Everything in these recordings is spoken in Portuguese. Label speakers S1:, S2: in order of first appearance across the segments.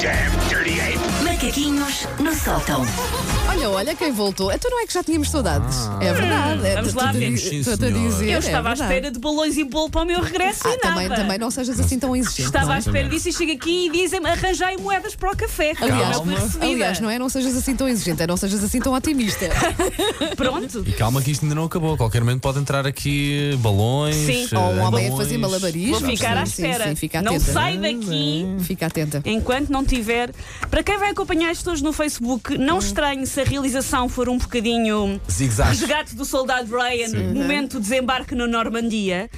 S1: damn dirty ape!
S2: Macaquinhos no sótão.
S3: Olha, olha quem voltou. Então não é que já tínhamos saudades. é verdade. É,
S4: Vamos lá ver.
S3: Estou-te
S5: Ah. Sim,
S3: a
S5: senhora.
S3: dizer,
S4: Eu
S3: é
S4: estava à
S3: verdade.
S4: espera de balões e bolo para o meu regresso
S3: Ah,
S4: e nada.
S3: também, também não sejas assim tão exigente.
S4: Estava
S3: não
S4: à
S3: é?
S4: espera disso e chego aqui e dizem-me arranjai moedas para o café.
S3: Aliás,
S4: Não percebida.
S3: aliás, não é? Não sejas assim tão exigente, é não sejas assim tão otimista.
S4: Pronto.
S5: E calma que isto ainda não acabou. A qualquer momento pode entrar aqui balões.
S4: Sim.
S5: eh,
S3: Ou um homem a
S5: balões.
S3: fazer malabarismo.
S4: Vou ficar à
S3: Sim, sim,
S4: espera.
S3: sim, fica
S4: não
S3: atenta.
S4: sai daqui.
S3: Fica atenta.
S4: Enquanto não tiver. Para quem vai acompanhar isto hoje no Facebook, não estranhe se a realização for um bocadinho.
S5: Zig-zags.
S4: Resgate do soldado Ryan, momento de desembarque na Normandia,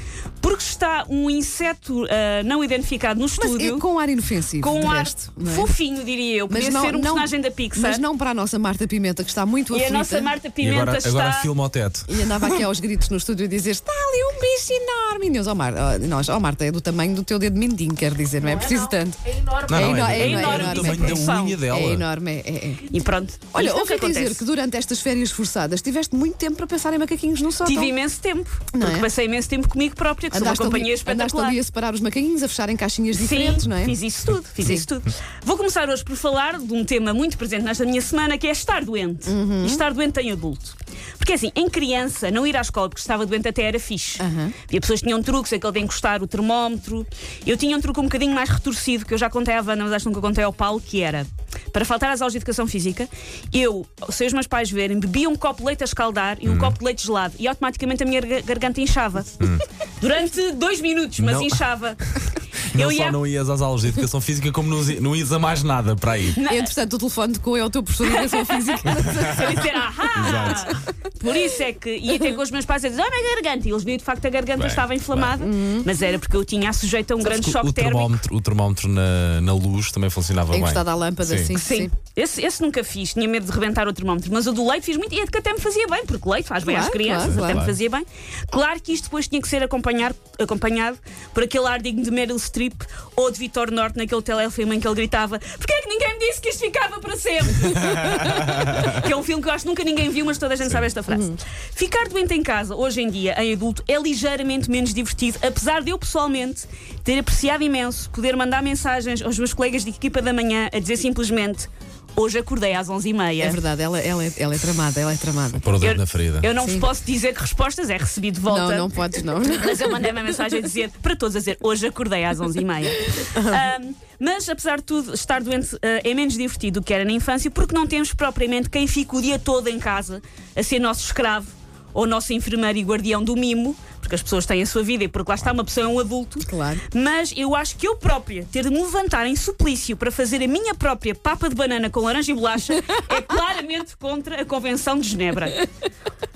S4: porque está um inseto ah, não identificado no
S3: Mas
S4: estúdio.
S3: é com um ar inofensivo.
S4: com
S3: de
S4: um ar
S3: resto, não é?
S4: fofinho, diria eu. Podia ser um personagem da Pixar.
S3: Mas não tá? para a nossa Marta Pimenta, que está muito
S4: e a
S3: aflita.
S4: nossa Marta
S5: E
S4: Pimenta
S5: agora,
S4: está.
S5: agora filma ao teto.
S3: E andava aqui aos gritos no estúdio a dizer: está ali um bicho enorme. E nós, ó Mar- ó, nós, ó Marta, é do tamanho do teu dedo mindinho, quer dizer, não é preciso tanto.
S5: Não, não,
S3: É eno-
S5: é,
S3: é
S4: enorme,
S5: o
S4: é
S5: tamanho
S4: enorme.
S5: da unha dela.
S3: É enorme, é. é, é.
S4: E pronto.
S3: Olha,
S4: isto é o que
S3: ouvi dizer
S4: acontece.
S3: que durante estas férias forçadas tiveste muito tempo para pensar em macaquinhos no sótão.
S4: Tive imenso tempo,
S3: um- Não
S4: porque
S3: é?
S4: passei imenso tempo comigo própria, que sou uma
S3: Andaste
S4: companhia
S3: ali, andaste
S4: espetacular.
S3: ali a separar os macaquinhos, a fechar em caixinhas diferentes,
S4: Sim,
S3: não é?
S4: fiz isso tudo, fiz
S3: Sim.
S4: isso tudo. Vou começar hoje por falar de um tema muito presente nesta minha semana, que é estar doente. E estar doente em adulto. Porque assim, em criança, não ir à escola porque estava doente até era fixe.
S3: Aham.
S4: E as pessoas tinham truques, é aquele de encostar o termómetro. Eu tinha um truque um bocadinho mais retorcido, que eu já contei à Vanda, mas acho que nunca contei ao Paulo, que era, para faltar às aulas de educação física, eu, se os meus pais verem, bebia um copo de leite a escaldar e um copo de leite gelado. E automaticamente a minha gar- garganta inchava. Durante dois minutos, mas
S5: Não.
S4: inchava.
S5: Não
S4: eu
S5: só
S4: ia à
S5: não ias às aulas de educação física, como não, não ias a mais nada para aí.
S3: Entretanto, o telefone tocou, é o teu professor de educação física.
S4: Para dizer ahá! Por isso é que ia ter com os meus pais a dizer, olha a garganta. E eles viam de facto a garganta
S5: Bem,
S4: estava inflamada, Uhum. mas era porque eu tinha a sujeita a um grande
S5: Porque
S4: choque
S5: o
S4: térmico.
S5: termómetro, o termómetro na, na luz também funcionava bem.
S3: Encostado à lâmpada,
S5: Sim.
S3: sim,
S4: Sim, Esse, esse nunca fiz, tinha medo de rebentar o termómetro, mas o do leite fiz muito e é de que até me fazia bem, porque leite faz bem
S3: Claro,
S4: às crianças,
S3: claro,
S4: até
S3: claro.
S4: me fazia bem. Claro que isto depois tinha que ser acompanhar, acompanhado por aquele ar digno de Meryl Streep ou de Vitor Norte naquele telefilme em que ele gritava: Porquê é que ninguém me disse que isto ficava para sempre? que é um filme que eu acho que nunca ninguém viu, mas toda a gente sabe esta frase.
S3: Uhum.
S4: Ficar doente em casa, hoje em dia, em adulto, é ligeiramente menos divertido, apesar de eu pessoalmente ter apreciado imenso poder mandar mensagens aos meus colegas de equipa da manhã a dizer simplesmente hoje acordei às 11h30.
S3: É verdade, ela, ela, é, ela é tramada, ela é tramada.
S5: Pôr o dedo
S4: Eu-
S5: na ferida.
S4: Eu não vos
S3: Sim.
S4: posso dizer que respostas é recebido de volta.
S3: Não, não podes, não.
S4: Mas eu mandei uma mensagem a dizer para todos a dizer hoje acordei às 11h30. Ahm, mas apesar de tudo, estar doente ah, é menos divertido do que era na infância porque não temos propriamente quem fica o dia todo em casa a ser nosso escravo ou nosso enfermeiro e guardião do mimo, porque as pessoas têm a sua vida e porque lá está uma pessoa é um adulto.
S3: Claro.
S4: Mas eu acho que eu própria ter de me levantar em suplício para fazer a minha própria papa de banana com laranja e bolacha é claramente contra a Convenção de Genebra.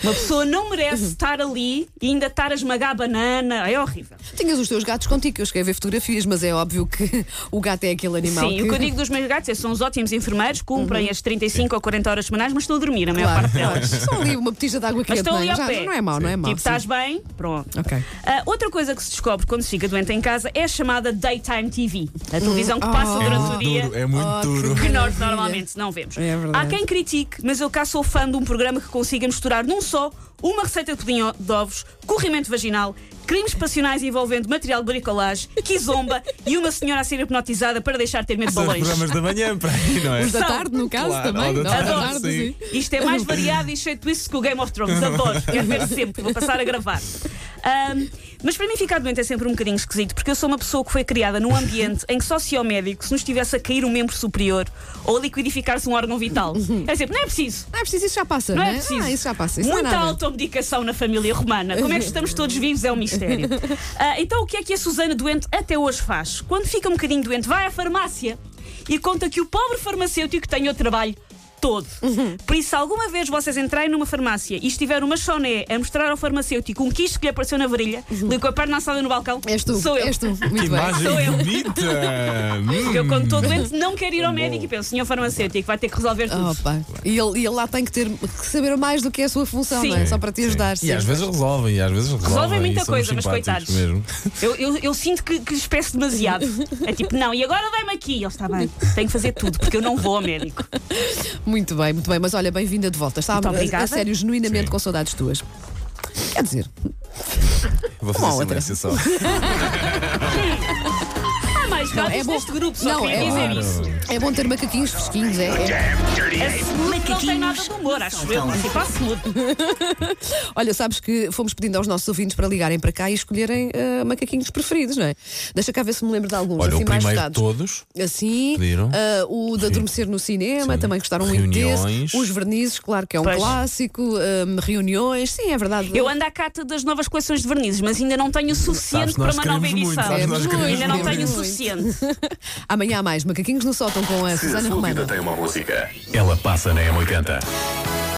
S4: Uma pessoa não
S3: Uhum.
S4: merece estar ali e ainda estar a esmagar a banana. É horrível.
S3: Tinhas os teus gatos contigo, que eu cheguei a ver fotografias, mas é óbvio que o gato é aquele animal.
S4: Sim,
S3: que... Uhum.
S4: o que eu digo dos meus gatos é que são os ótimos enfermeiros, cumprem as 35 ou 40 horas semanais, mas estão a dormir a maior
S3: Claro,
S4: parte
S3: claro.
S4: delas.
S3: Só ali uma petista de água quente,
S4: estou
S3: não
S4: ali
S3: é?
S4: ao
S3: Já,
S4: pé.
S3: não é mau, não é mau.
S4: Tipo, estás bem? Pronto.
S3: Ok.
S4: Ah, outra coisa que se descobre quando se fica doente em casa é a chamada Daytime TV. A televisão que passa
S3: Oh.
S5: É
S4: durante
S5: muito
S4: o dia.
S5: duro, é muito
S3: Oh, que
S5: duro.
S4: que nós
S3: Maravilha.
S4: normalmente não vemos.
S3: É verdade.
S4: Há quem critique, mas eu cá sou fã de um programa que consiga misturar num só uma receita de pudim de ovos, corrimento vaginal, crimes passionais envolvendo material de bricolagem, quizomba e uma senhora a ser hipnotizada para deixar de ter medo de
S5: São os
S4: balões.
S5: programas da manhã para aí, não é?
S3: Os da
S4: São-
S3: tarde, no caso,
S5: Claro,
S3: também.
S5: ao da
S3: não? é?
S5: tarde,
S3: Da tarde,
S5: sim.
S4: Isto é mais variado e cheio de twists que o Game of Thrones. Adoro. Quero ver sempre. Vou passar a gravar. Ahm, mas para mim ficar doente é sempre um bocadinho esquisito, porque eu sou uma pessoa que foi criada num ambiente em que só se ia ao médico se nos tivesse a cair um membro superior ou a liquidificar-se um órgão vital. É sempre, não é preciso.
S3: Não é preciso, isso já passa,
S4: Não
S3: não
S4: é preciso.
S3: Ah, isso já passa. Isso não é
S4: Muita
S3: nada.
S4: automedicação na família romana. Como é que estamos todos vivos é um mistério. Ah, então, o que é que a Susana doente até hoje faz? Quando fica um bocadinho doente, vai à farmácia e conta que o pobre farmacêutico tem o trabalho todo.
S3: Uhum.
S4: Por isso, se alguma vez vocês entrarem numa farmácia e estiver uma choné a mostrar ao farmacêutico um quisto que lhe apareceu na varilha, lhe com a perna assada no balcão,
S3: Uhum. És tu,
S4: sou eu.
S3: és tu.
S5: Que
S3: Muito bem.
S5: imagem
S4: Sou eu.
S5: bonita! Hum.
S4: Porque eu, quando
S3: Uhum.
S4: estou doente, não quero ir ao médico e penso, senhor farmacêutico, vai ter que resolver tudo.
S3: Opa. E ele, e ele lá tem que, ter, que saber mais do que é a sua função,
S4: Sim.
S3: não é? Só para te
S5: Sim.
S3: ajudar.
S5: E às vezes resolvem, e às vezes resolvem.
S4: muita
S5: e são
S4: coisa, mas
S5: simpáticos
S4: coitados.
S5: Mesmo.
S4: Eu, eu- eu sinto que, que lhes peço demasiado. É tipo, não, e agora vai-me aqui. Ele está bem, tenho que fazer tudo, porque eu não vou ao médico.
S3: Muito bem, muito bem. Mas olha, bem-vinda de volta. Estava
S4: Muito
S3: a,
S4: obrigada.
S3: a sério, genuinamente
S5: Sim.
S3: com saudades tuas. Quer dizer,
S5: Vou
S3: Uma
S5: fazer
S3: outra.
S5: silêncio só.
S4: Há mais rasgados
S3: é bom-
S4: deste grupo, só
S3: não,
S4: queria
S3: é
S4: dizer
S5: bom.
S4: isso.
S3: É bom ter macaquinhos fresquinhos, é. é. Então,
S4: Não tem nada de humor, acho eu. Tipo, ah, se muda.
S3: Olha, sabes que fomos pedindo aos nossos ouvintes para ligarem para cá e escolherem ah, macaquinhos preferidos, não é? Deixa cá ver se me lembro de alguns,
S5: Olha,
S3: assim
S5: o
S3: mais
S5: primeiro de
S3: votados.
S5: todos.
S3: Assim,
S5: Pediram.
S3: ah, o de adormecer no cinema,
S5: Sim.
S3: também gostaram muito
S5: Reuniões.
S3: desse. Os vernizes, claro que é um
S4: Pois.
S3: clássico. ah, reuniões, sim, é verdade.
S4: Eu ando à cata das novas coleções de vernizes, mas ainda não tenho o suficiente
S5: Sabes,
S4: para
S5: nós
S4: uma nova
S5: queremos
S4: edição.
S5: muito, sabes,
S3: nós queremos
S4: ainda não
S3: É, muito.
S4: tenho o suficiente.
S3: Amanhã há mais macaquinhos no sótão com a
S1: Se a
S3: Susana
S1: sua
S3: Romana.
S1: vida tem uma música,
S5: Ela passa na M80.